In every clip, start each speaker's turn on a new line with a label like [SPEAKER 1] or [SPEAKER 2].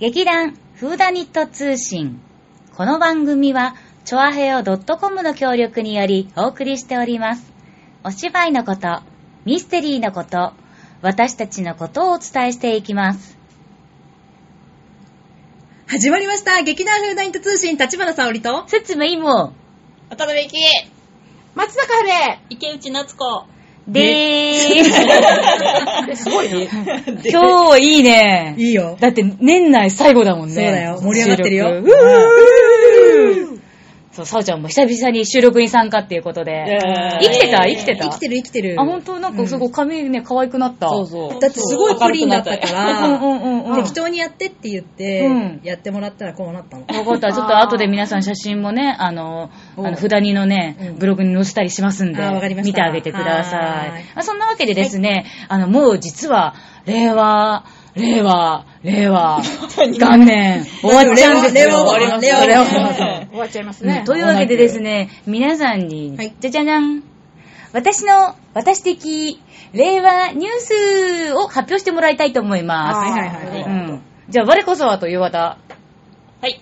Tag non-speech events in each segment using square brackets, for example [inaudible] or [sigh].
[SPEAKER 1] 劇団フーダニット通信。この番組は、チョアヘオ .com の協力によりお送りしております。お芝居のこと、ミステリーのこと、私たちのことをお伝えしていきます。
[SPEAKER 2] 始まりました劇団フーダイント通信、立花沙織と、
[SPEAKER 1] つつむいも、
[SPEAKER 2] 渡辺幸松坂春恵
[SPEAKER 3] 池内夏子。
[SPEAKER 1] でー
[SPEAKER 2] すごいね。
[SPEAKER 1] す。今日いいね。
[SPEAKER 2] いいよ。
[SPEAKER 1] だって年内最後だもんね。
[SPEAKER 2] そうだよ盛り上がってるよ
[SPEAKER 1] 収録うーそう、さおちゃんも久々に収録に参加っていうことで。
[SPEAKER 3] 生
[SPEAKER 1] 生きてた生きてた
[SPEAKER 2] 生きてる生きてる。
[SPEAKER 1] あ、ほんとなんかすごい髪ね、可愛くなった。
[SPEAKER 3] そうそう。
[SPEAKER 2] だってすごいプリンだった
[SPEAKER 1] [laughs]
[SPEAKER 2] か
[SPEAKER 1] うんう
[SPEAKER 2] ら、
[SPEAKER 1] んうんうん。
[SPEAKER 2] 適当にやってって言
[SPEAKER 1] う
[SPEAKER 2] っ
[SPEAKER 1] ん
[SPEAKER 2] て、やってもらったらこうなったの。
[SPEAKER 1] わかった。ちょっと後で皆さん写真もね、あの、あ
[SPEAKER 2] うん
[SPEAKER 1] の、札にの
[SPEAKER 2] う
[SPEAKER 1] ね、
[SPEAKER 2] ん
[SPEAKER 1] ブログに載せたりしますんで、
[SPEAKER 2] あーわかりました
[SPEAKER 1] 見てあげてくださ
[SPEAKER 2] はい
[SPEAKER 1] い。あそんなわけでですね、あの、もう実は、令和、令和、令
[SPEAKER 2] [laughs]
[SPEAKER 1] 和、元年、終わっちゃうんですよ。
[SPEAKER 2] 令和終わりますね
[SPEAKER 1] 令和終わります
[SPEAKER 2] ね
[SPEAKER 3] 終わっちゃいます
[SPEAKER 1] うんというわけでですね、皆さんに、
[SPEAKER 2] はい
[SPEAKER 1] じゃじゃじゃん。私の、私的、令和ニュースを発表してもらいたいと思います。
[SPEAKER 2] はいはいはい
[SPEAKER 1] うん
[SPEAKER 2] は
[SPEAKER 1] じゃあ、我こそはという方。
[SPEAKER 3] はい。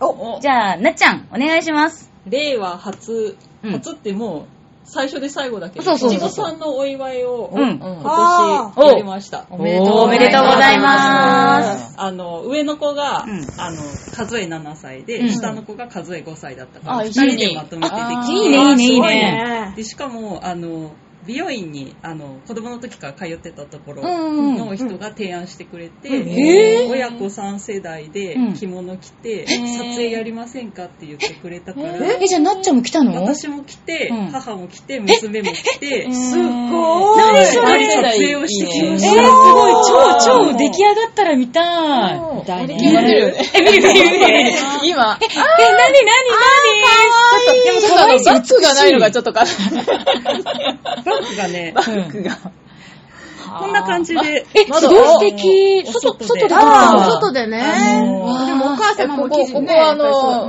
[SPEAKER 1] お
[SPEAKER 3] お
[SPEAKER 1] じゃあ、なっちゃん、お願いします。
[SPEAKER 3] 令和初、
[SPEAKER 1] うん
[SPEAKER 3] 初ってもう、最初で最後だけど、
[SPEAKER 1] そうそうそう
[SPEAKER 3] ちごさんのお祝いを、
[SPEAKER 1] うん
[SPEAKER 3] 今年やりました。
[SPEAKER 2] おめでとうございます
[SPEAKER 1] おめでとうございます。
[SPEAKER 3] あの、上の子が、
[SPEAKER 1] うん
[SPEAKER 3] あの、数え7歳で、
[SPEAKER 1] うん
[SPEAKER 3] 下の子が数え5歳だったから、
[SPEAKER 1] あ
[SPEAKER 3] 2
[SPEAKER 1] 一緒に
[SPEAKER 3] 人でまとめてで
[SPEAKER 1] あ
[SPEAKER 3] きて
[SPEAKER 1] いいね、いいね、いいね。
[SPEAKER 3] でしかもあの美容院にあの子供の時から通ってたところ
[SPEAKER 1] うんうん
[SPEAKER 3] の人が提案してくれて、
[SPEAKER 1] うんえ
[SPEAKER 3] 親子3世代で
[SPEAKER 1] うん
[SPEAKER 3] 着物着て、
[SPEAKER 1] ー
[SPEAKER 3] 撮影やりませんかって言ってくれたから、
[SPEAKER 1] え、じゃあ、なっちゃんも来たの
[SPEAKER 3] 私も着て、
[SPEAKER 1] うん
[SPEAKER 3] 母も着て娘も着て
[SPEAKER 1] すっ
[SPEAKER 3] い
[SPEAKER 1] ご何それ
[SPEAKER 3] 撮影をしてき
[SPEAKER 1] えー、
[SPEAKER 3] まし
[SPEAKER 1] すご
[SPEAKER 3] た、
[SPEAKER 1] い、超、超出来上がったら見たい。
[SPEAKER 4] だね。
[SPEAKER 1] 見るよね。え、見る見る見る。え、
[SPEAKER 4] 今、
[SPEAKER 1] なになになに
[SPEAKER 4] ちょっとあの、バッグがないのがちょっとかな。
[SPEAKER 3] バッグがね
[SPEAKER 1] ょっと、
[SPEAKER 4] バッグが。
[SPEAKER 3] こんな感じで
[SPEAKER 1] え、すごい素敵。
[SPEAKER 3] 窓
[SPEAKER 1] 外、
[SPEAKER 3] 外
[SPEAKER 1] 外
[SPEAKER 3] で
[SPEAKER 1] で撮った
[SPEAKER 4] あ
[SPEAKER 1] の
[SPEAKER 4] ー
[SPEAKER 5] 外で
[SPEAKER 3] あ
[SPEAKER 5] ね。
[SPEAKER 3] のー
[SPEAKER 5] でもお母様
[SPEAKER 4] ここ、
[SPEAKER 5] も
[SPEAKER 4] こ
[SPEAKER 5] 記事
[SPEAKER 4] こ
[SPEAKER 5] にね
[SPEAKER 4] はあ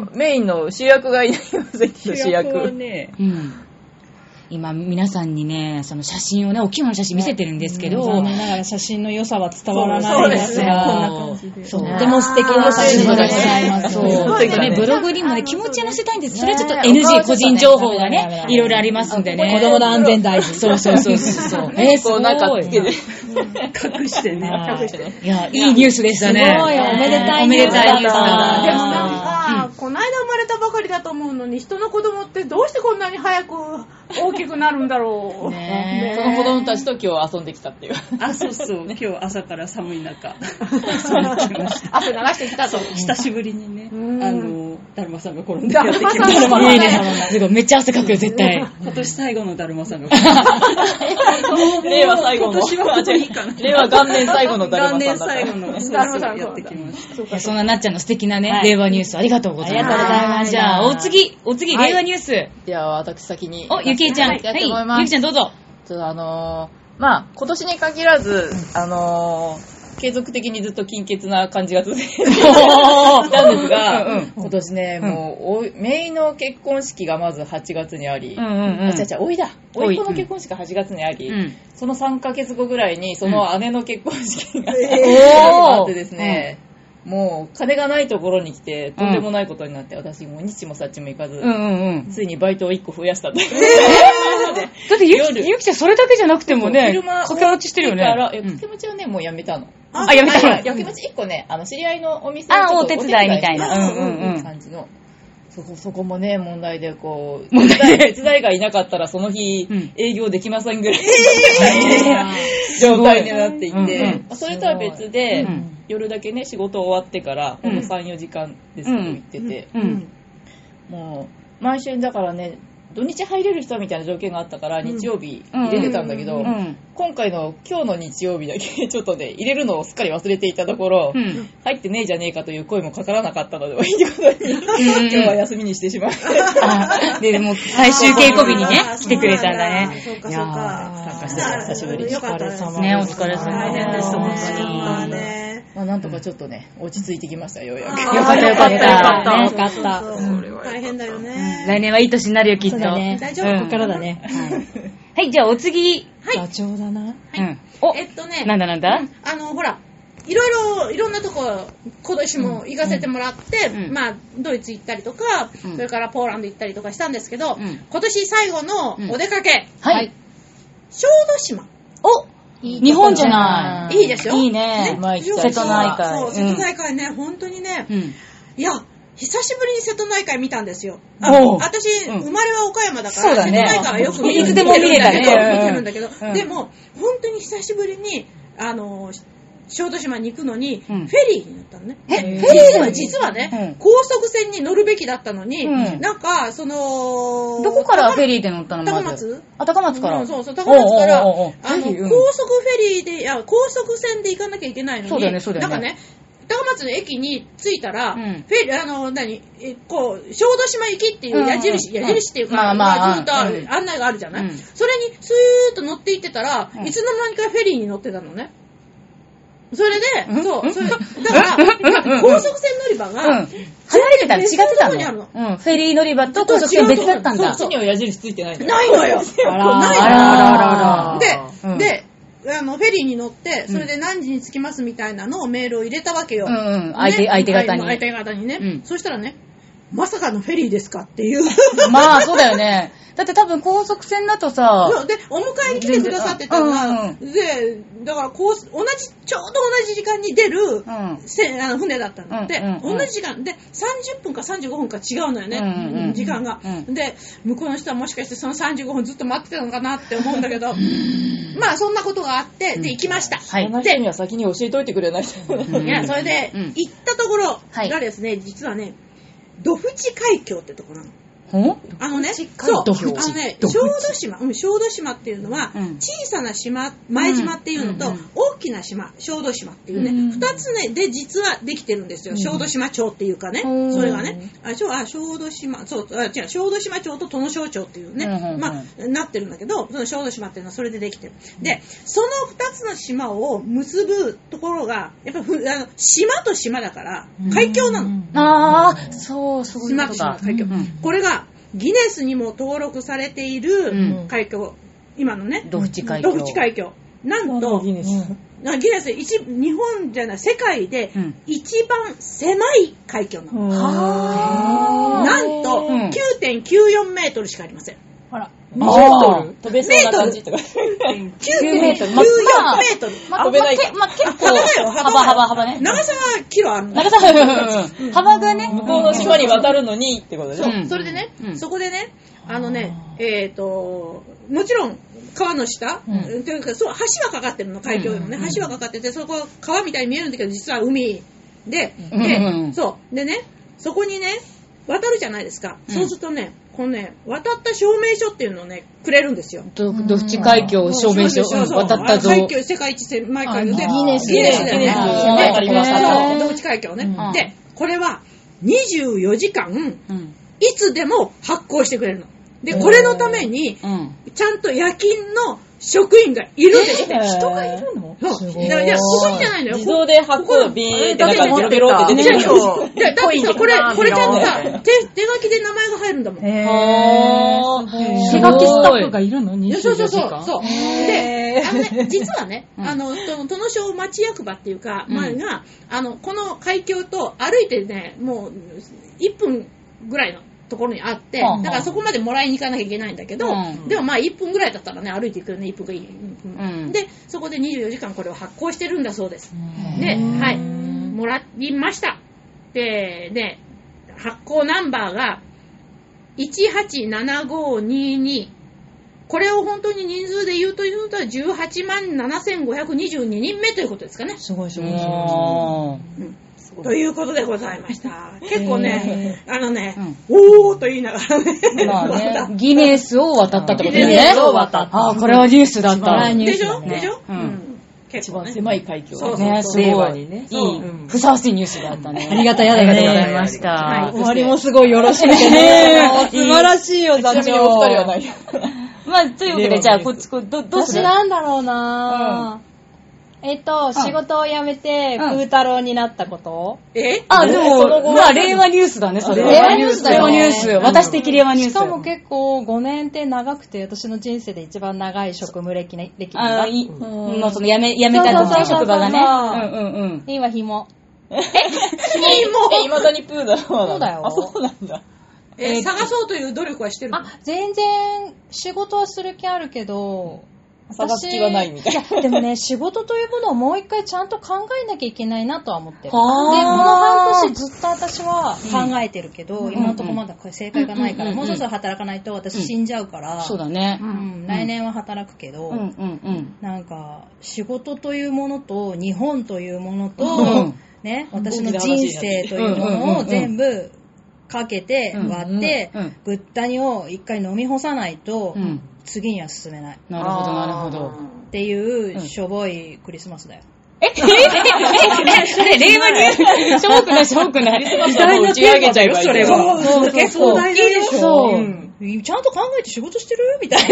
[SPEAKER 4] の、メインの主役がいないようですけど主
[SPEAKER 3] 主役は
[SPEAKER 4] 役。
[SPEAKER 3] ね
[SPEAKER 1] うん。今、皆さんにね、その写真をね、お着物の写真見せてるんですけど、
[SPEAKER 2] ながら写真の良さは伝わら
[SPEAKER 4] ないです
[SPEAKER 1] ね
[SPEAKER 2] こんな
[SPEAKER 1] こんな感
[SPEAKER 2] 感
[SPEAKER 1] じ
[SPEAKER 2] じ
[SPEAKER 1] で
[SPEAKER 2] で。
[SPEAKER 1] そう
[SPEAKER 2] とても素敵な写真
[SPEAKER 1] そう
[SPEAKER 2] でご
[SPEAKER 1] だ
[SPEAKER 2] ざ
[SPEAKER 1] ね
[SPEAKER 2] います。
[SPEAKER 1] そう、ちょっとね、ブログにもね、気持ちは載せたいんです。それはちょっと
[SPEAKER 4] ね
[SPEAKER 1] NG、個人情報が
[SPEAKER 2] ダメダメダ
[SPEAKER 1] ね、
[SPEAKER 2] メ
[SPEAKER 1] いろいろありますんでね。
[SPEAKER 2] 子供の安全大事。
[SPEAKER 1] そうそうそうそう。えー、す
[SPEAKER 4] こ
[SPEAKER 1] ご
[SPEAKER 4] う
[SPEAKER 1] い。
[SPEAKER 4] なんかつけて。
[SPEAKER 3] 隠してね
[SPEAKER 1] はい
[SPEAKER 4] 隠してね
[SPEAKER 1] いや、いいニュースでしたね。
[SPEAKER 2] すごいおめでたい
[SPEAKER 1] おめでたいニュー
[SPEAKER 5] で
[SPEAKER 1] スだ
[SPEAKER 5] も
[SPEAKER 1] な
[SPEAKER 5] なんか、この間生まれたばかりだと思うのに、人の子供ってどうしてこんなに早く大きくなるんだろう。
[SPEAKER 1] ねえ
[SPEAKER 4] その子供たちと今日遊んできたっていう。
[SPEAKER 3] [laughs] あそうそう今日朝から寒い [laughs] 中
[SPEAKER 5] 汗流してきたと。
[SPEAKER 3] 久しぶりにね、
[SPEAKER 5] うん
[SPEAKER 3] あの、だるまさんが転んでやってきま
[SPEAKER 5] だるまさ
[SPEAKER 3] し
[SPEAKER 5] んが
[SPEAKER 3] た。
[SPEAKER 1] いいね。すごい。めっちゃ汗かくよ、絶対。
[SPEAKER 3] 今年最後のだるまさ [laughs] んが転んで。
[SPEAKER 4] 令和最後の。
[SPEAKER 3] 今年はここでいいかな
[SPEAKER 4] あ違う令和
[SPEAKER 5] [laughs]
[SPEAKER 4] 元年最後のだる
[SPEAKER 3] 元
[SPEAKER 4] まさ
[SPEAKER 3] 年
[SPEAKER 4] ん
[SPEAKER 3] 最
[SPEAKER 4] だ
[SPEAKER 3] 後
[SPEAKER 4] っ
[SPEAKER 3] の、そう
[SPEAKER 5] だるま
[SPEAKER 3] そ
[SPEAKER 5] さん
[SPEAKER 3] う、やってきました。
[SPEAKER 1] いやそんななっちゃんの素敵なね、令和ニュースありがとうございます。
[SPEAKER 2] ありがとうございます
[SPEAKER 1] じゃあ、お次、お次、
[SPEAKER 4] はい
[SPEAKER 1] 令和ニュース。
[SPEAKER 4] た。では私先に。
[SPEAKER 1] お、ゆきえちゃん。
[SPEAKER 4] は
[SPEAKER 1] はいい、
[SPEAKER 4] やってもらいます
[SPEAKER 1] ゆきちゃんどうぞ。
[SPEAKER 4] ちょっとあのーまあ、今年に限らず、あのー継続的にずっと金欠な感じが
[SPEAKER 1] [laughs]
[SPEAKER 4] 続いて [laughs] なんですが、今年ね、もう、おい、メイの結婚式がまず8月にあり、
[SPEAKER 1] うんうんうん
[SPEAKER 4] あ、違う違う、おいだ。
[SPEAKER 1] おい
[SPEAKER 4] おいっ子の結婚式が8月にあり、
[SPEAKER 1] うん
[SPEAKER 4] その3ヶ月後ぐらいに、その姉の結婚式が、あ
[SPEAKER 1] お
[SPEAKER 4] ってですね、もう、金がないところに来て、とんでもないことになって、私もう日もさっちも行かず、
[SPEAKER 1] うんうんうん。
[SPEAKER 4] ついにバイトを1個増やしたという。
[SPEAKER 1] だってゆ
[SPEAKER 4] 夜
[SPEAKER 1] き、ゆきちゃんそれだけじゃなくてもね、
[SPEAKER 4] 昼間
[SPEAKER 1] 掛け落ちしてるよね。
[SPEAKER 4] だから、いや
[SPEAKER 1] うん
[SPEAKER 4] 掛け持ちはね、もうやめたの。
[SPEAKER 1] あ、やめた
[SPEAKER 4] はいはい
[SPEAKER 1] の。
[SPEAKER 4] 掛け持ち1個ね、あの、知り合いのお店
[SPEAKER 1] あ
[SPEAKER 4] ちょ
[SPEAKER 1] お
[SPEAKER 4] っと
[SPEAKER 1] 手伝いみたいな
[SPEAKER 4] お手伝
[SPEAKER 1] うんうんうん
[SPEAKER 4] い感じの。そこ、そこもね、問題で、こう、
[SPEAKER 1] 問
[SPEAKER 4] 手
[SPEAKER 1] 題
[SPEAKER 4] 伝
[SPEAKER 1] で
[SPEAKER 4] い手伝いがいなかったら、その日
[SPEAKER 1] うん、
[SPEAKER 4] 営業できませんぐらい、 [laughs] 状態になってい
[SPEAKER 1] すごい
[SPEAKER 4] て
[SPEAKER 1] う、
[SPEAKER 4] それとは別で
[SPEAKER 1] うん、
[SPEAKER 4] 夜だけね、仕事終わってから、
[SPEAKER 1] う
[SPEAKER 4] ほ
[SPEAKER 1] ん
[SPEAKER 4] んの3、4時間ですけど、行ってて、
[SPEAKER 1] うん。
[SPEAKER 4] もう、毎週だからね、土日入れる人みたいな条件があったから、日曜日入れてたんだけ
[SPEAKER 1] う
[SPEAKER 4] ど、
[SPEAKER 1] ん。
[SPEAKER 4] 今回の今日の日曜日だけ [laughs] ちょっとね、入れるのをすっかり忘れていたところ、
[SPEAKER 1] うん。
[SPEAKER 4] 入ってねえじゃねえかという声もかからなかったので、いいことに、 [laughs] 今日は休みにしてしまいました。
[SPEAKER 1] あで、もう最終稽古日にね、来てくれたんだね。
[SPEAKER 5] そうか
[SPEAKER 1] い
[SPEAKER 5] そう
[SPEAKER 1] や
[SPEAKER 5] か。
[SPEAKER 4] 参加して久しぶりに。
[SPEAKER 5] よかったです。
[SPEAKER 1] ーね、お疲れ様
[SPEAKER 5] 大
[SPEAKER 1] で
[SPEAKER 5] 変でし
[SPEAKER 1] し。
[SPEAKER 5] たた
[SPEAKER 1] 本
[SPEAKER 5] ね。
[SPEAKER 1] 当に。
[SPEAKER 5] まあね
[SPEAKER 4] まあ、なんとかちょっとね、落ち着いてきました、ようやく。
[SPEAKER 5] あー
[SPEAKER 1] よかったよかったね
[SPEAKER 5] よかった
[SPEAKER 1] う
[SPEAKER 5] そ
[SPEAKER 1] ん
[SPEAKER 5] うそうそう大変だよね。
[SPEAKER 1] 来年はいい年になるよ、きっと。
[SPEAKER 2] そうだね。
[SPEAKER 5] 大丈夫
[SPEAKER 1] うん
[SPEAKER 2] ここからだね。
[SPEAKER 1] はい、じゃあお次。
[SPEAKER 2] ダチョウだな。
[SPEAKER 1] うん。お、
[SPEAKER 5] えっとね、
[SPEAKER 1] なんだなんだ
[SPEAKER 5] うんあの、ほら、
[SPEAKER 3] いろいろ、いろんなとこ、今年も行かせてもらって、
[SPEAKER 1] うん
[SPEAKER 3] まあ、ドイツ行ったりとか、
[SPEAKER 1] うん
[SPEAKER 3] それからポーランド行ったりとかしたんですけど、
[SPEAKER 1] うん
[SPEAKER 3] 今年最後のお出かけ、
[SPEAKER 1] はい。
[SPEAKER 3] 小豆島。
[SPEAKER 1] お日本じゃない
[SPEAKER 3] いいでしょ
[SPEAKER 1] いいね。
[SPEAKER 4] まあ行きた
[SPEAKER 1] 瀬戸内海
[SPEAKER 3] そう、瀬戸内海ね、本当にね、
[SPEAKER 1] うん。
[SPEAKER 3] いや、久しぶりに瀬戸内海見たんですよ。あ
[SPEAKER 1] おう
[SPEAKER 3] 私、
[SPEAKER 1] うん
[SPEAKER 3] 生まれは岡山だか
[SPEAKER 1] そう
[SPEAKER 3] ら、
[SPEAKER 1] だ
[SPEAKER 3] 瀬戸
[SPEAKER 1] ね
[SPEAKER 3] 内海はよく見
[SPEAKER 1] いつでも見れたね
[SPEAKER 3] てるんだけど、見て
[SPEAKER 1] うん
[SPEAKER 3] るんだけど、でも、本当に久しぶりに、あの、小豆島に行くのに、
[SPEAKER 1] うん
[SPEAKER 3] フェリーに乗ったのね。
[SPEAKER 1] え、
[SPEAKER 4] うん
[SPEAKER 1] フェリー
[SPEAKER 3] 実
[SPEAKER 1] で
[SPEAKER 3] は、
[SPEAKER 1] も
[SPEAKER 3] 実はね、
[SPEAKER 1] うん
[SPEAKER 3] 高速船に乗るべきだったのに、
[SPEAKER 1] うん
[SPEAKER 3] なんか、その、
[SPEAKER 1] どこからフェリーで乗ったの
[SPEAKER 3] 高
[SPEAKER 1] まず
[SPEAKER 3] 松
[SPEAKER 1] あ、高松から。
[SPEAKER 3] うんそうそう、高松から、あ
[SPEAKER 1] おうおうおうお
[SPEAKER 3] の
[SPEAKER 1] う、
[SPEAKER 3] 高速フ
[SPEAKER 1] ぜひうん
[SPEAKER 3] ェリーで、いや、高速船で行かなきゃいけないのに、
[SPEAKER 1] そうだよねそうだよね
[SPEAKER 3] なんかね、高松の駅に着いたら、
[SPEAKER 1] うん
[SPEAKER 3] フェリー、あの、何、えこう、小豆島行きっていう矢印、
[SPEAKER 1] うんうんうん
[SPEAKER 3] 矢印っていうか、
[SPEAKER 1] まあまあ
[SPEAKER 3] ずっとある
[SPEAKER 1] うん
[SPEAKER 3] 案内があるじゃない、
[SPEAKER 1] うん
[SPEAKER 3] それにスーッと乗って行ってたら、
[SPEAKER 1] うん
[SPEAKER 3] いつの間にかフェリーに乗ってたのね。それ
[SPEAKER 1] う
[SPEAKER 3] で、
[SPEAKER 1] ん
[SPEAKER 3] そう、それ、だから、高速船乗り場
[SPEAKER 1] うん。
[SPEAKER 3] が、
[SPEAKER 1] 離れてたら違ってた
[SPEAKER 3] 別のとこにあるの
[SPEAKER 1] の。うん。フェリー乗り場と高速船別だったんだ。
[SPEAKER 4] そっちには矢印ついてないんだ
[SPEAKER 3] ないのよ
[SPEAKER 4] あら
[SPEAKER 3] ないの
[SPEAKER 1] あらあらあらあら
[SPEAKER 3] で、
[SPEAKER 1] うん
[SPEAKER 3] で、あの、フェリーに乗って、それで何時に着きますみたいなのをメールを入れたわけよ。
[SPEAKER 1] うんうん
[SPEAKER 3] ね
[SPEAKER 1] 相手相手方に
[SPEAKER 3] 相手方にね。
[SPEAKER 1] うん
[SPEAKER 3] そしたらね、まさかのフェリーですかっていう。
[SPEAKER 1] まあ、そうだよね。だって多分高速船だとさ、
[SPEAKER 3] そうで、お迎えに来てくださってた
[SPEAKER 1] うん
[SPEAKER 3] ら、
[SPEAKER 1] う
[SPEAKER 3] で、だからこう、同じ、ちょうど同じ時間に出る、
[SPEAKER 1] うん。
[SPEAKER 3] せあの船だったので、
[SPEAKER 1] うんうんうん
[SPEAKER 3] 同じ時間で30分か35分か違うのよね、
[SPEAKER 1] うんうんうん
[SPEAKER 3] 時間が、
[SPEAKER 1] うん
[SPEAKER 3] で向こうの人はもしかしてその35分ずっと待ってたのかなって思うんだけどまあそんなことがあってで行きました、
[SPEAKER 1] はい
[SPEAKER 4] そんな人には先に教えといてくれないと。
[SPEAKER 1] うん
[SPEAKER 3] [laughs] いやそれで、
[SPEAKER 1] うん
[SPEAKER 3] 行ったところ
[SPEAKER 1] はい
[SPEAKER 3] がですね、実はねドフチ海峡ってとこなの
[SPEAKER 1] ほん
[SPEAKER 3] あのね、そう、
[SPEAKER 1] ドフチ
[SPEAKER 3] あのね、
[SPEAKER 1] ドフチ
[SPEAKER 3] 小豆島、うん、小豆島っていうのは、
[SPEAKER 1] うん
[SPEAKER 3] 小さな島、前島っていうのと、
[SPEAKER 1] うんうん
[SPEAKER 3] 大きな島、小豆島っていうね、
[SPEAKER 1] うん
[SPEAKER 3] 二、つね、で、実はできてるんですよ。小豆島町っていうかね、
[SPEAKER 1] うん
[SPEAKER 3] それがね、あ、小あ小豆島、そう、あ違う、小豆島町と殿小町っていうね、
[SPEAKER 1] うんうんうん
[SPEAKER 3] まあ、なってるんだけど、その小豆島っていうのはそれでできてる。で、その二つの島を結ぶところが、やっぱふあの、島と島だから、海峡なの。
[SPEAKER 1] ああ、そう、そういうこと
[SPEAKER 3] 島
[SPEAKER 1] か
[SPEAKER 3] と。島の海峡、
[SPEAKER 1] うん
[SPEAKER 3] これがギネスにも登録されてい
[SPEAKER 1] うん
[SPEAKER 3] る海峡、今のね
[SPEAKER 1] ドフチ海峡。
[SPEAKER 3] ドフチ海峡なんと
[SPEAKER 4] ギネス
[SPEAKER 3] あギネス一日本じゃない世界で
[SPEAKER 1] うん
[SPEAKER 3] 一番狭い海峡なの、
[SPEAKER 1] は
[SPEAKER 3] なんと
[SPEAKER 1] うん
[SPEAKER 3] 9.94メートルしかありません
[SPEAKER 4] メートル飛べそうな感じとか。
[SPEAKER 3] 9.94メ
[SPEAKER 1] メ
[SPEAKER 3] ー
[SPEAKER 1] ー
[SPEAKER 3] ト
[SPEAKER 1] ト
[SPEAKER 3] ル
[SPEAKER 1] ルまあまあ、
[SPEAKER 4] 飛べない
[SPEAKER 1] まあけまあ結構、
[SPEAKER 3] 幅だよ
[SPEAKER 1] 幅、幅、幅ね。
[SPEAKER 3] 長さはキロあるの
[SPEAKER 1] 長さ、うんうん幅がね、
[SPEAKER 4] 向こうの島に渡るのにってことでしょ
[SPEAKER 3] そう、
[SPEAKER 1] うん
[SPEAKER 3] それでね、
[SPEAKER 1] うん
[SPEAKER 3] そこでね、あのね、えっ、と、もちろん川の下、
[SPEAKER 4] うん
[SPEAKER 3] というかそう橋はかかってるの、海峡でもね、
[SPEAKER 1] うんうんうん
[SPEAKER 3] 橋はかかってて、そこ川みたいに見えるんだけど、実は海で、
[SPEAKER 1] うん
[SPEAKER 3] で、
[SPEAKER 1] うんうん
[SPEAKER 3] そう、でね、そこにね、渡るじゃないですか。
[SPEAKER 1] うん
[SPEAKER 3] そうするとね、このね、渡った証明書っていうのをね、くれるんですよ。
[SPEAKER 1] ドドフチ海峡証明書、
[SPEAKER 3] そうそうそう
[SPEAKER 1] 渡ったぞ。
[SPEAKER 3] 海峡世界一狭い海峡で。
[SPEAKER 1] あギネス
[SPEAKER 3] ギネスで
[SPEAKER 1] ギネス
[SPEAKER 3] そう
[SPEAKER 1] わかりました
[SPEAKER 3] そう独自海峡ね。
[SPEAKER 1] うん
[SPEAKER 3] で、これは24時間、
[SPEAKER 1] うん。
[SPEAKER 3] いつでも発行してくれるの。で、これのために、
[SPEAKER 1] うん。
[SPEAKER 3] ちゃんと夜勤の職員がいるんですって。
[SPEAKER 4] 人がいるの
[SPEAKER 3] そう。だからいや、ここにじゃないのよ。
[SPEAKER 4] 自動で箱をビーって中にベロベロって出てくる。
[SPEAKER 3] いやだってさ、これ、これちゃんとさ
[SPEAKER 4] う、
[SPEAKER 3] 手、手書きで名前が入るんだもん。
[SPEAKER 2] へ
[SPEAKER 4] はー
[SPEAKER 2] ー手書きスタッフがいるの
[SPEAKER 3] い
[SPEAKER 2] に
[SPEAKER 3] やそうそうそう。そうで、あのね、実はね、
[SPEAKER 1] [laughs] うん
[SPEAKER 3] あの、その、殿小町役場っていうか、
[SPEAKER 1] うん
[SPEAKER 3] 前が、あの、この海峡と歩いてね、もう、1分ぐらいのところにあって、
[SPEAKER 1] はあはあ
[SPEAKER 3] だからそこまでもらいに行かなきゃいけないんだけど、
[SPEAKER 1] うん
[SPEAKER 3] でもまあ1分ぐらいだったらね、歩いていくよね、1分がいい。1分
[SPEAKER 1] うん
[SPEAKER 3] で、そこで24時間これを発行してるんだそうです。
[SPEAKER 2] ね
[SPEAKER 3] で、はい、もらいました。で、ね、発行ナンバーが187522。これを本当に人数で言うというのと18万7522人目ということですかね。
[SPEAKER 2] すごいすごいすご
[SPEAKER 1] おー
[SPEAKER 3] ということでございました。結構ね、あのね、おーと言いながらね、
[SPEAKER 1] まあ
[SPEAKER 3] ま
[SPEAKER 1] ね、ギネスを渡ったってことだよね。
[SPEAKER 3] ギネスを
[SPEAKER 4] 渡った
[SPEAKER 1] ああ、これはニュースだった。
[SPEAKER 3] たでしょ
[SPEAKER 1] ね
[SPEAKER 3] でしょ
[SPEAKER 1] う
[SPEAKER 3] うんん。結
[SPEAKER 4] 一
[SPEAKER 3] 構
[SPEAKER 4] 番
[SPEAKER 3] ね。
[SPEAKER 4] 狭い海峡。
[SPEAKER 3] そうそう
[SPEAKER 1] ね、すごい。
[SPEAKER 4] 令和にね
[SPEAKER 1] い
[SPEAKER 4] そ
[SPEAKER 1] いう
[SPEAKER 4] うん、
[SPEAKER 1] ふさわしいニュースだったね。
[SPEAKER 2] ありがたいありがたいあ
[SPEAKER 1] ありがと
[SPEAKER 2] りがたい
[SPEAKER 1] うございまし
[SPEAKER 2] い。りもすごいよろしくてね。素晴らしいよ、座
[SPEAKER 4] ちなみにお二人はない。
[SPEAKER 1] た。まあ、というわけで、じゃあ、こっち、こどどうす
[SPEAKER 2] 私
[SPEAKER 1] る
[SPEAKER 2] なんだろうなえっと、仕事を辞めて、
[SPEAKER 1] うん
[SPEAKER 2] 風太郎になったこと
[SPEAKER 3] え
[SPEAKER 1] あ、で
[SPEAKER 4] その後
[SPEAKER 1] も、まあ、令和ニュースだね、それは。
[SPEAKER 4] 令和ニュースだ
[SPEAKER 1] 令
[SPEAKER 4] よ
[SPEAKER 1] 和
[SPEAKER 4] ね
[SPEAKER 1] ニュース。私的令和ニュース。
[SPEAKER 2] しかも結構5年って長くて、私の人生で一番長い職務歴ね歴なん
[SPEAKER 1] あ
[SPEAKER 2] だ
[SPEAKER 1] の、い、
[SPEAKER 2] ん
[SPEAKER 1] もうその、辞め、辞めた時の職場がね。
[SPEAKER 2] そ
[SPEAKER 1] う
[SPEAKER 2] う
[SPEAKER 1] んうんうん。
[SPEAKER 2] で今、紐。
[SPEAKER 4] え、未だにプーだそう
[SPEAKER 2] だよ
[SPEAKER 4] あ、そうなんだ。
[SPEAKER 3] え探そうという努力はしてるの
[SPEAKER 2] あ、全然、仕事はする気あるけど、
[SPEAKER 4] 探す気はないみたいな。
[SPEAKER 2] [laughs] でもね、仕事というものをもう一回ちゃんと考えなきゃいけないなとは思ってる。で、こ
[SPEAKER 1] は
[SPEAKER 2] の
[SPEAKER 1] あ
[SPEAKER 2] 半年ずっと私は考えてるけど、今のところまだ正解がないか
[SPEAKER 1] う
[SPEAKER 2] ら、
[SPEAKER 1] んうんうん
[SPEAKER 2] も
[SPEAKER 1] うん
[SPEAKER 2] うそろそろ働かないと私死んじゃうから、
[SPEAKER 1] そうだね
[SPEAKER 2] う。ん来年は働くけど、
[SPEAKER 1] うんうんうん。
[SPEAKER 2] なんか、仕事というものと、日本というものと、
[SPEAKER 1] うん
[SPEAKER 2] ね、私の人生というものを全部かけて
[SPEAKER 1] うん
[SPEAKER 2] 割って
[SPEAKER 1] うん、
[SPEAKER 2] ぐったにを一回飲み干さないと
[SPEAKER 1] う、ん。
[SPEAKER 2] 次には進めない。
[SPEAKER 1] なるほど、なるほど。
[SPEAKER 2] っていう、しょぼいクリスマスだよ。
[SPEAKER 1] え、え、え、え、令和ニュース。しょぼくない、しょぼくない。
[SPEAKER 4] 時代打ち上げちゃえばいい
[SPEAKER 6] それ
[SPEAKER 4] は。
[SPEAKER 3] そうそうそう結構大事でしょ
[SPEAKER 1] そう
[SPEAKER 3] うん
[SPEAKER 2] ちゃんと考えて仕事してるみたいな。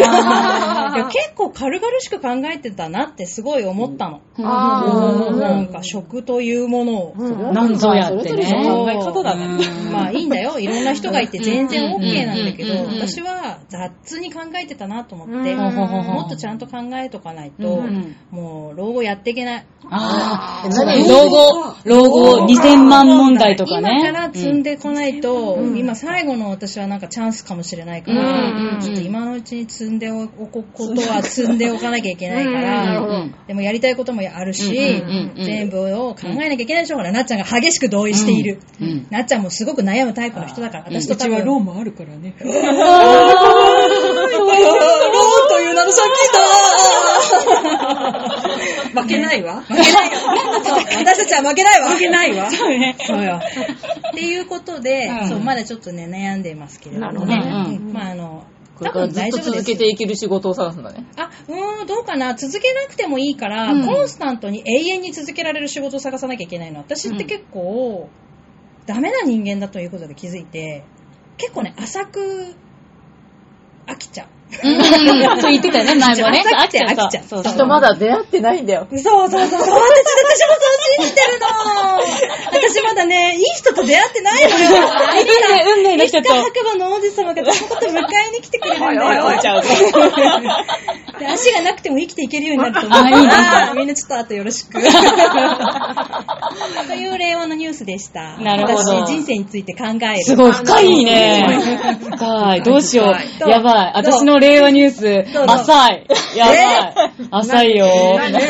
[SPEAKER 2] いや結構軽々しく考えてたなってすごい思ったの。
[SPEAKER 1] うん
[SPEAKER 2] なんか食というものを。
[SPEAKER 1] なんぞやってね。
[SPEAKER 4] 考え方だね。
[SPEAKER 1] うん
[SPEAKER 2] まあいいんだよ。いろんな人がいて全然 OK なんだけ
[SPEAKER 1] うん
[SPEAKER 2] ど、
[SPEAKER 1] うんうん
[SPEAKER 2] 私は雑に考えてたなと思って、
[SPEAKER 3] うん
[SPEAKER 2] もっとちゃんと考えとかないと
[SPEAKER 1] うん、
[SPEAKER 2] もう老後やっていけない。
[SPEAKER 1] ああ、老後、老後2000万問題とかね。
[SPEAKER 2] 今から積んでこないと、今最後の私はなんかチャンスかもしれないから、
[SPEAKER 1] うんうんうん
[SPEAKER 2] ちょっと今のうちに積んでおくことは積んでおかなきゃいけないか
[SPEAKER 1] うん
[SPEAKER 2] ら、
[SPEAKER 1] うん
[SPEAKER 2] でもやりたいこともあるし、
[SPEAKER 1] うんうんうん
[SPEAKER 2] 全部を考えなきゃいけないでしょ。ほら、なっちゃんが激しく同意している。
[SPEAKER 1] うんうん
[SPEAKER 2] なっちゃんもすごく悩むタイプの人だから、私と多分
[SPEAKER 6] ーもあるからね。
[SPEAKER 3] 負けないわ。
[SPEAKER 2] 私たちは負けないわ。
[SPEAKER 3] 負けないわ。
[SPEAKER 2] そうよ。っていうことで、そう、まだちょっとね、悩んでいますけれども。なるほど
[SPEAKER 1] ね
[SPEAKER 2] まあ、あの、
[SPEAKER 4] これ
[SPEAKER 2] 多
[SPEAKER 4] から
[SPEAKER 2] 分
[SPEAKER 4] ずっ
[SPEAKER 2] 大
[SPEAKER 4] と
[SPEAKER 2] 丈夫で
[SPEAKER 4] 続
[SPEAKER 2] す
[SPEAKER 4] け。ていける仕事を探すんだね。
[SPEAKER 2] あ、うーん、どうかな。続けなくてもいいから、
[SPEAKER 1] うん
[SPEAKER 2] コンスタントに永遠に続けられる仕事を探さなきゃいけないの。私って結構、ダメな人間だということで気づいて、結構ね、浅く、飽きちゃう。
[SPEAKER 1] うんそう言ってたよね、前もね。
[SPEAKER 2] そう [laughs] 飽きちゃ
[SPEAKER 1] そう
[SPEAKER 2] う飽きちゃう
[SPEAKER 1] そう
[SPEAKER 4] き
[SPEAKER 1] そ
[SPEAKER 4] っ
[SPEAKER 1] う
[SPEAKER 4] とまだ出会ってないんだよ。
[SPEAKER 2] そうそうそう。そう私、私もそう信じてるの。私まだね、いい人と出会ってない
[SPEAKER 1] [laughs]
[SPEAKER 2] のよ。
[SPEAKER 1] 運命、運命の人と。
[SPEAKER 2] 白馬の王子様がちゃんと迎えに来てくれるんだよ。
[SPEAKER 4] ちゃうぞ。
[SPEAKER 2] で足がなくても生きていけるようになると思
[SPEAKER 1] あいいね
[SPEAKER 2] うから、みんなちょっと後よ
[SPEAKER 1] [laughs]
[SPEAKER 2] ろしく。という令和のニュースでした。
[SPEAKER 1] なるほど
[SPEAKER 2] 私、人生について考える。
[SPEAKER 1] すごい、深いね。深い。どうしよう。やばい。私の令和ニュース、
[SPEAKER 2] どうぞ
[SPEAKER 1] 浅い。やばい。浅いよ。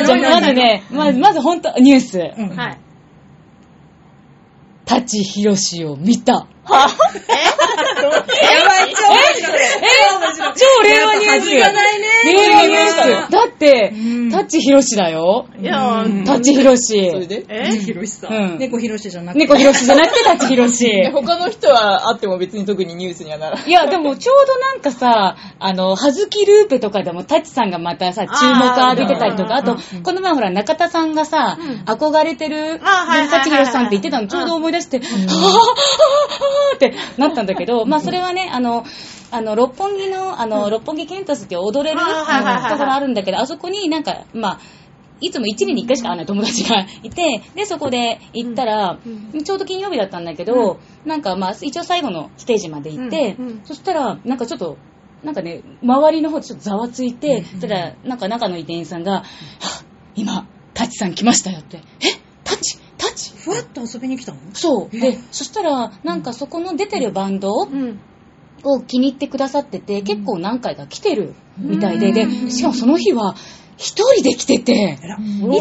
[SPEAKER 1] じゃあ、まずね、まず、まず本当、ニュース。
[SPEAKER 2] うん
[SPEAKER 3] はい。
[SPEAKER 1] タチヒロシを見た。
[SPEAKER 3] やばい、超面白い。
[SPEAKER 1] え超令和ニュース。令和ニュース。だって、タチヒロシだよ。
[SPEAKER 4] いやー、
[SPEAKER 1] タチヒロシ。
[SPEAKER 4] それで
[SPEAKER 6] ひろしさ。
[SPEAKER 1] うんん。
[SPEAKER 2] 猫ひろしじゃなくて。
[SPEAKER 1] 猫ヒロシじゃなくてタチヒロシ。
[SPEAKER 4] で他の人はあっても別に特にニュースにはならない。
[SPEAKER 1] いや、でもちょうどなんかさ、あの、はずきループとかでも、タチさんがまたさ、注目を浴びてたりとか、あと、この前ほら、中田さんがさ、憧れてる、タチヒロシさんって言ってたの、ちょうど思い出して、はぁ、はぁ、はぁってなったんだけど、まあそれはね、あの、あの、六本木の、あの、六本木ケンタスっていう踊れるところあるんだけど、あそこになんか、まあ、いつも1年に1回しか会わない友達がいて、で、そこで行ったら、ちょうど金曜日だったんだけど、なんかまあ、一応最後のステージまで行って、そしたら、なんかちょっと、なんかね、周りの方ちょっとざわついて、そしたら、なんか中の店員さんが、はっ今、タチさん来ましたよって、えタチタチ
[SPEAKER 2] ふわっと遊びに来たの
[SPEAKER 1] そう。で、そしたら、なんかそこの出てるバンド
[SPEAKER 3] ん
[SPEAKER 1] を気に入ってくださってて、結構何回か来てるみたいで、で、しかもその日は、一人で来てて、い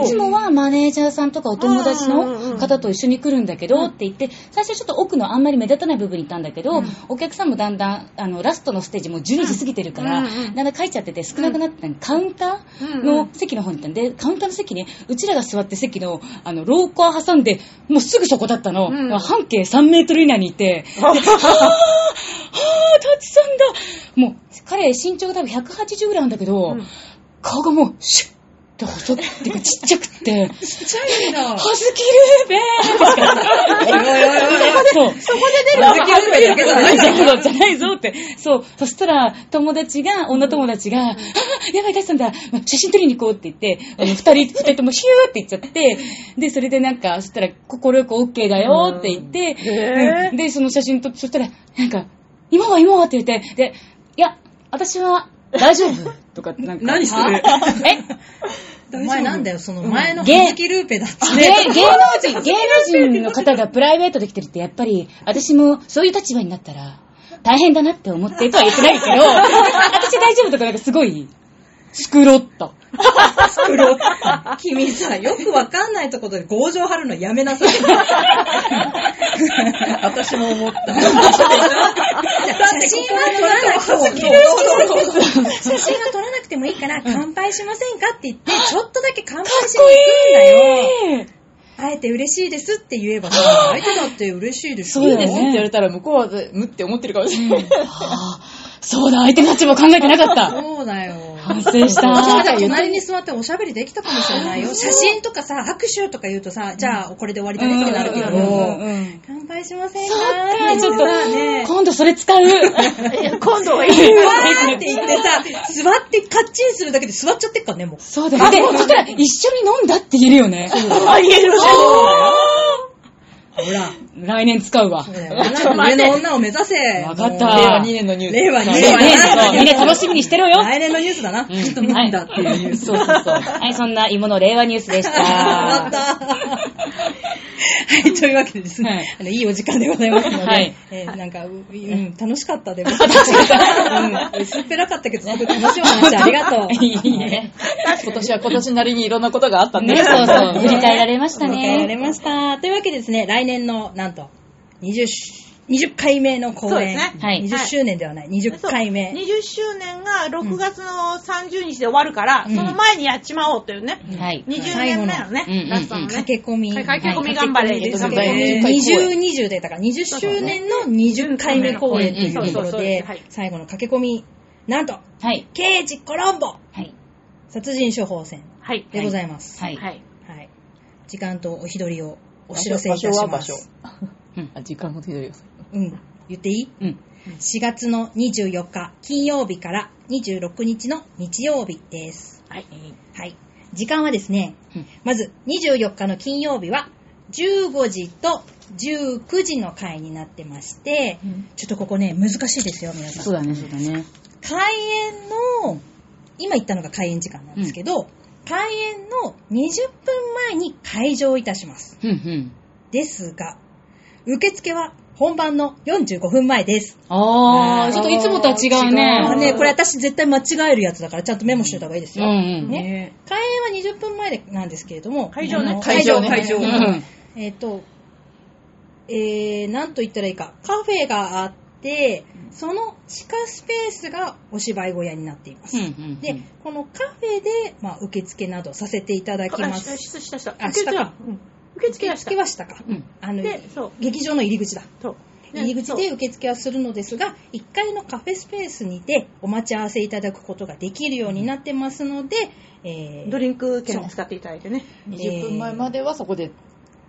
[SPEAKER 1] つもはマネージャーさんとかお友達の方と一緒に来るんだけどって言って、最初ちょっと奥のあんまり目立たない部分にいたんだけど、お客さんもだんだん、あの、ラストのステージもう12時過ぎてるから、だんだん帰っちゃってて少なくなってたのにカウンターの席の方に行ったんで、カウンターの席に、うちらが座って席の、あの、廊下を挟んで、もうすぐそこだったの。半径3メートル以内にい [laughs] て、ではぁ、はぁ、タチさんだもう、彼身長が多分180ぐらいなんだけど、顔がもう、シュッって細くてかちっちゃくて、
[SPEAKER 2] ちっちゃいんだ。
[SPEAKER 1] はずきルーベーってしか言わない
[SPEAKER 2] おいおいおいおい
[SPEAKER 1] そう。そこで出る
[SPEAKER 6] 小豆を見るだけじゃない
[SPEAKER 1] じゃないぞ。じゃないぞって。そう。そしたら、友達が、女友達が、あ、やばい、出したんだ。写真撮りに行こうって言って、あの、二人、二人ともヒューって言っちゃって、で、それでなんか、そしたら、心よく OK だよって言って、うんで、その写真撮って、そしたら、なんか、今は今はって言って、で、いや、私は、大丈夫とかってなんか。
[SPEAKER 6] 何それ
[SPEAKER 1] え
[SPEAKER 2] お前なんだよ、その前の
[SPEAKER 1] ゲー
[SPEAKER 2] 鈴木ルーペだって。
[SPEAKER 1] 芸芸能人、芸能人の方がプライベートで来てるって、やっぱり、私もそういう立場になったら、大変だなって思ってとは言ってないけど、私大丈夫とかなんかすごい、スクロッと。
[SPEAKER 2] 君さ、よくわかんないところで強情張るのやめ [laughs] なさい。
[SPEAKER 4] 私も思った。
[SPEAKER 2] 写真は撮らなくても、写真は撮らなくてもいいから、乾杯しませんかって言って、ちょっとだけ乾杯しに行くんだよ。
[SPEAKER 1] え
[SPEAKER 2] あえて嬉しいですって言えばさ、相手だって嬉しいでし
[SPEAKER 1] そ
[SPEAKER 2] ょ。
[SPEAKER 1] う
[SPEAKER 4] いい
[SPEAKER 1] だ
[SPEAKER 4] ですって
[SPEAKER 1] ね
[SPEAKER 4] 言われたら向こうは無って思ってるかもしれない。
[SPEAKER 1] あーそうだ、相手たちも考えてなかった。
[SPEAKER 2] そうだよ。
[SPEAKER 1] 反省した。
[SPEAKER 2] わざわざ隣に座っておしゃべりできたかもしれないよ。写真とかさ、握手とか言うとさ、じゃあこれで終わりだねってなるけ
[SPEAKER 1] うんうん
[SPEAKER 2] ど、
[SPEAKER 1] うんうん
[SPEAKER 2] 乾杯しませんか
[SPEAKER 1] そっか、ちょっ
[SPEAKER 2] ね
[SPEAKER 1] と、今度それ使う。
[SPEAKER 4] 今度はいい。
[SPEAKER 2] わーって言ってさ、座ってカッチンするだけで座っちゃってっからね、もう。
[SPEAKER 1] [laughs] そうだよ。で、そしたら一緒に飲んだって言えるよね。
[SPEAKER 4] ありえる
[SPEAKER 2] ほら、
[SPEAKER 1] 来年使うわ。
[SPEAKER 2] そうだよ。上の女を目指せ。
[SPEAKER 1] わかっ
[SPEAKER 4] 令和
[SPEAKER 1] た。
[SPEAKER 4] 2年のニュース。
[SPEAKER 2] 令和2
[SPEAKER 1] ね
[SPEAKER 2] 年
[SPEAKER 1] そうみんな楽しみにしてろよ。
[SPEAKER 2] 来年のニュースだな。
[SPEAKER 1] きっと無理だっていうニュース。そうそうそう。はい、そんな芋の令和ニュースでした。
[SPEAKER 2] [laughs] 終わった。はい、というわけでですね、
[SPEAKER 1] はい
[SPEAKER 2] い、あのいいお時間でございますので、
[SPEAKER 1] はい
[SPEAKER 2] えーなんか、ううん、楽しかったでも。楽しかった。薄っぺらかったけど、すごく楽しいお話ありがとう。
[SPEAKER 1] いいね。
[SPEAKER 4] 今年は今年なりにいろんなことがあったんで。
[SPEAKER 1] ね、そうそう。振り返られました
[SPEAKER 2] わかり
[SPEAKER 1] ね。
[SPEAKER 2] ました。というわけでですね、来年の、なんと、20、20回目の公
[SPEAKER 3] そうで
[SPEAKER 2] 演。
[SPEAKER 3] すね
[SPEAKER 1] はい
[SPEAKER 2] 20周年ではない、20回目。
[SPEAKER 3] 20周年が6月の30日で終わるから、その前にやっちまおうというね。
[SPEAKER 1] はい。
[SPEAKER 3] 20年目のね、
[SPEAKER 1] 最後の
[SPEAKER 3] ラストのね。
[SPEAKER 2] 駆け込み。
[SPEAKER 3] 駆け込み頑張れ。
[SPEAKER 2] です
[SPEAKER 3] 駆
[SPEAKER 2] け
[SPEAKER 3] け
[SPEAKER 2] ど、
[SPEAKER 3] 込み
[SPEAKER 4] ね
[SPEAKER 2] 20、20で、だから20周年の20回目公演というとこ
[SPEAKER 3] うん
[SPEAKER 2] ろ
[SPEAKER 3] そうそうそうで
[SPEAKER 2] です
[SPEAKER 3] はい、
[SPEAKER 2] 最後の駆け込み、なんと、
[SPEAKER 1] はい。
[SPEAKER 2] 刑事コロンボ
[SPEAKER 1] はい。
[SPEAKER 2] 殺人処方箋
[SPEAKER 3] はい。
[SPEAKER 2] でございます。
[SPEAKER 1] はい。
[SPEAKER 3] はい。
[SPEAKER 2] はい。時間とお日取りをお
[SPEAKER 4] 場
[SPEAKER 2] 知
[SPEAKER 4] 所
[SPEAKER 2] らせいたします。
[SPEAKER 4] は場所。あ、時間もひどいよ。
[SPEAKER 2] うん。言っていい
[SPEAKER 1] うん。
[SPEAKER 2] 4月の24日金曜日から26日の日曜日です。
[SPEAKER 3] はい。
[SPEAKER 2] はい。時間はですね、
[SPEAKER 1] うん
[SPEAKER 2] まず24日の金曜日は15時と19時の回になってまして、ちょっとここね、難しいですよ、皆
[SPEAKER 1] そ
[SPEAKER 2] さ。
[SPEAKER 1] うんだね、そうだね。
[SPEAKER 2] 開演の、今言ったのが開演時間なんですけど、開演の20分前に開場いたします。
[SPEAKER 1] うんうん。
[SPEAKER 2] ですが、受付は本番の45分前です。
[SPEAKER 1] あー、ちょっといつもとは違う
[SPEAKER 2] あ
[SPEAKER 1] ね。
[SPEAKER 2] ね、これ私絶対間違えるやつだから、ちゃんとメモしといた方がいいです
[SPEAKER 1] うん
[SPEAKER 2] よ。
[SPEAKER 1] うん。
[SPEAKER 2] ね。開演は20分前でなんですけれども。
[SPEAKER 3] 会場ね
[SPEAKER 2] あの
[SPEAKER 4] 会場ね
[SPEAKER 2] 会場。
[SPEAKER 1] う
[SPEAKER 2] 会場
[SPEAKER 1] ん。
[SPEAKER 2] えっと、えー、なんと言ったらいいか。カフェがあって、その地下スペースがお芝居小屋になっています。
[SPEAKER 1] うん
[SPEAKER 2] で、このカフェで、まあ、受付などさせていただき
[SPEAKER 3] あ、
[SPEAKER 2] ま
[SPEAKER 3] し
[SPEAKER 2] す
[SPEAKER 3] た、。した、した、した。
[SPEAKER 2] あ
[SPEAKER 3] 受付
[SPEAKER 2] した
[SPEAKER 3] は
[SPEAKER 2] か。
[SPEAKER 3] うん受付はし
[SPEAKER 2] 付
[SPEAKER 3] た。
[SPEAKER 2] はしたか。
[SPEAKER 1] うん
[SPEAKER 2] あの
[SPEAKER 3] で、そう。
[SPEAKER 2] 劇場の入り口だ。
[SPEAKER 3] そう。ね
[SPEAKER 2] 入り口で、受付はするのですが、1階のカフェスペースにてお待ち合わせいただくことができるようになってますので、え
[SPEAKER 3] そう
[SPEAKER 2] ー
[SPEAKER 3] ドリンク券を使っていただいてね。
[SPEAKER 4] 20分前まではそこで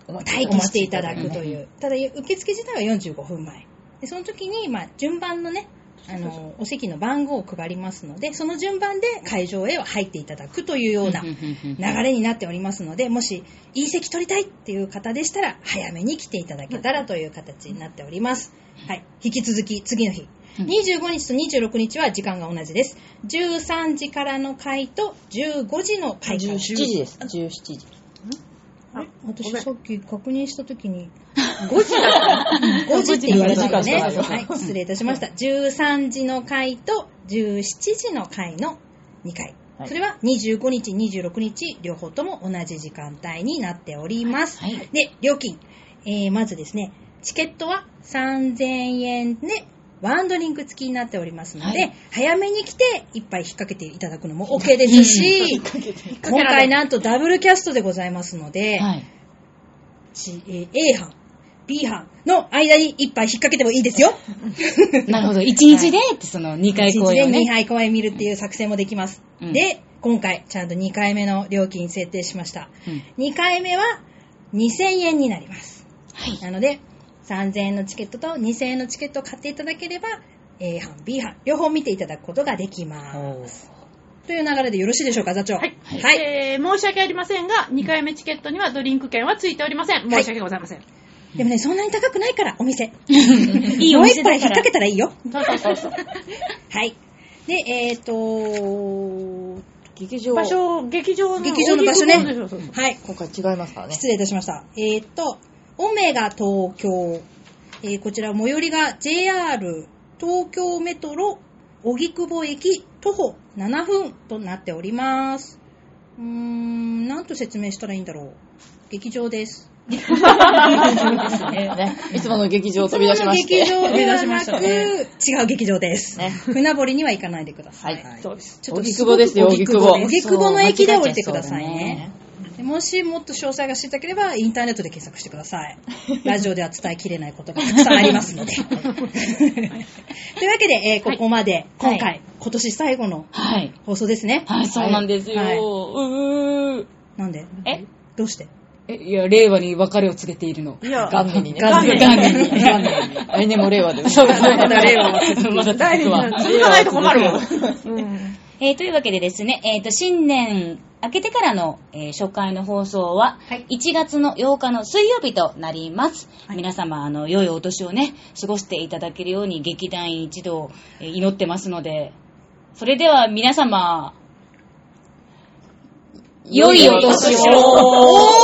[SPEAKER 4] お待。
[SPEAKER 2] 待機していただくというう。ただ、受付自体は45分前。でその時に、まあ、順番のね、あの、お席の番号を配りますので、その順番で会場へは入っていただくというような
[SPEAKER 1] うんうんうんうん
[SPEAKER 2] 流れになっておりますので、もし、いい席取りたいっていう方でしたら、早めに来ていただけたらという形になっております。はい。引き続き、次の日。25日と26日は時間が同じです。13時からの会と15時の会から。
[SPEAKER 4] 7時です。17時。
[SPEAKER 2] 私さっき確認したとき [laughs] に、5時だった。5時って言われたのね。
[SPEAKER 4] 5時か
[SPEAKER 2] はい、失礼いたしました。13時の回と17時の回の2回。
[SPEAKER 4] はい
[SPEAKER 2] それは25日、26日、両方とも同じ時間帯になっております。
[SPEAKER 1] はい。
[SPEAKER 2] で、料金。えー、まずですね、チケットは3000円で、ワンドリンク付きになっておりますので、
[SPEAKER 1] はい
[SPEAKER 2] 早めに来て、一杯引っ掛けていただくのも OK ですし、今回なんとダブルキャストでございますので、
[SPEAKER 1] はい。
[SPEAKER 2] ちえー A 班、B 班の間に一杯引っ掛けてもいいで
[SPEAKER 1] [laughs]
[SPEAKER 2] すよ。
[SPEAKER 1] なるほど。1日で、ってその2回
[SPEAKER 2] 一
[SPEAKER 1] 公
[SPEAKER 2] 日で
[SPEAKER 1] 演を
[SPEAKER 2] 2
[SPEAKER 1] ね。
[SPEAKER 2] 杯公演見るっていう作戦もできます。
[SPEAKER 1] うん
[SPEAKER 2] で、今回、ちゃんと2回目の料金設定しました。
[SPEAKER 1] うん
[SPEAKER 2] 2回目は2000円になります。
[SPEAKER 1] はい。
[SPEAKER 2] なので、 3000円のチケットと2000円のチケットを買っていただければ、A 班、B 班、両方見ていただくことができます。という流れでよろしいでしょうか、座長。
[SPEAKER 7] はい。
[SPEAKER 2] はい。
[SPEAKER 7] えー申し訳ありませんが、2回目チケットにはドリンク券はついておりません。申し訳ございません。
[SPEAKER 2] でもね、そんなに高くないから、
[SPEAKER 1] [laughs]
[SPEAKER 2] お店。
[SPEAKER 1] いいお店
[SPEAKER 2] もう
[SPEAKER 1] だから
[SPEAKER 2] 一杯引っ掛けたらいいよ。
[SPEAKER 7] そうそうそうそう。
[SPEAKER 2] はい。で、えっ、と
[SPEAKER 4] 劇場
[SPEAKER 7] 場所、劇場の。
[SPEAKER 2] 劇場の場所ね
[SPEAKER 7] そうそうそう
[SPEAKER 2] はい。
[SPEAKER 4] 今回違いますからね。
[SPEAKER 2] 失礼いたしました。えっ、と、オメガ東京。えーこちら、最寄りが JR 東京メトロ荻窪駅徒歩7分となっております。うーん、なんと説明したらいいんだろう。劇場です。
[SPEAKER 4] ね、いつもの劇場を飛び出しまして。
[SPEAKER 2] いつもの劇場ではなく、
[SPEAKER 4] 飛び出しまし
[SPEAKER 2] 違う劇場です。
[SPEAKER 4] ね
[SPEAKER 2] 船堀には行かないでください。
[SPEAKER 4] たね。はい。
[SPEAKER 7] そうです。
[SPEAKER 4] ちょっと荻窪ですよ、荻窪。
[SPEAKER 2] 荻窪の駅で降りてください
[SPEAKER 1] そう間違えちゃい
[SPEAKER 2] ね。でもしもっと詳細が知りたければ、インターネットで検索してくださ
[SPEAKER 4] [laughs]
[SPEAKER 2] い。ラジオでは伝えきれないことがたくさんありますので。というわけで、えーここまで、今回、今年最後の
[SPEAKER 1] はい。
[SPEAKER 2] 放送ですね。
[SPEAKER 1] はい、そうなんですよ。
[SPEAKER 2] はいう
[SPEAKER 1] ー。
[SPEAKER 2] なんで
[SPEAKER 1] え
[SPEAKER 2] どうして
[SPEAKER 1] え、いや、令和に別れを告げているの。
[SPEAKER 4] いや、元年にね。
[SPEAKER 1] 元年に
[SPEAKER 4] 元年に。元年に。来年も令和で。そうです [laughs] ね。まだ令和は続く。まだ続くわ。続かないと困るもん。
[SPEAKER 1] えーというわけでですね、えーと、新年明けてからの、えー初回の放送は、1月の8日の水曜日となります。皆様、あの、良いお年をね、過ごしていただけるように劇団員一同、えー祈ってますので、それでは皆様、良いお年を [laughs]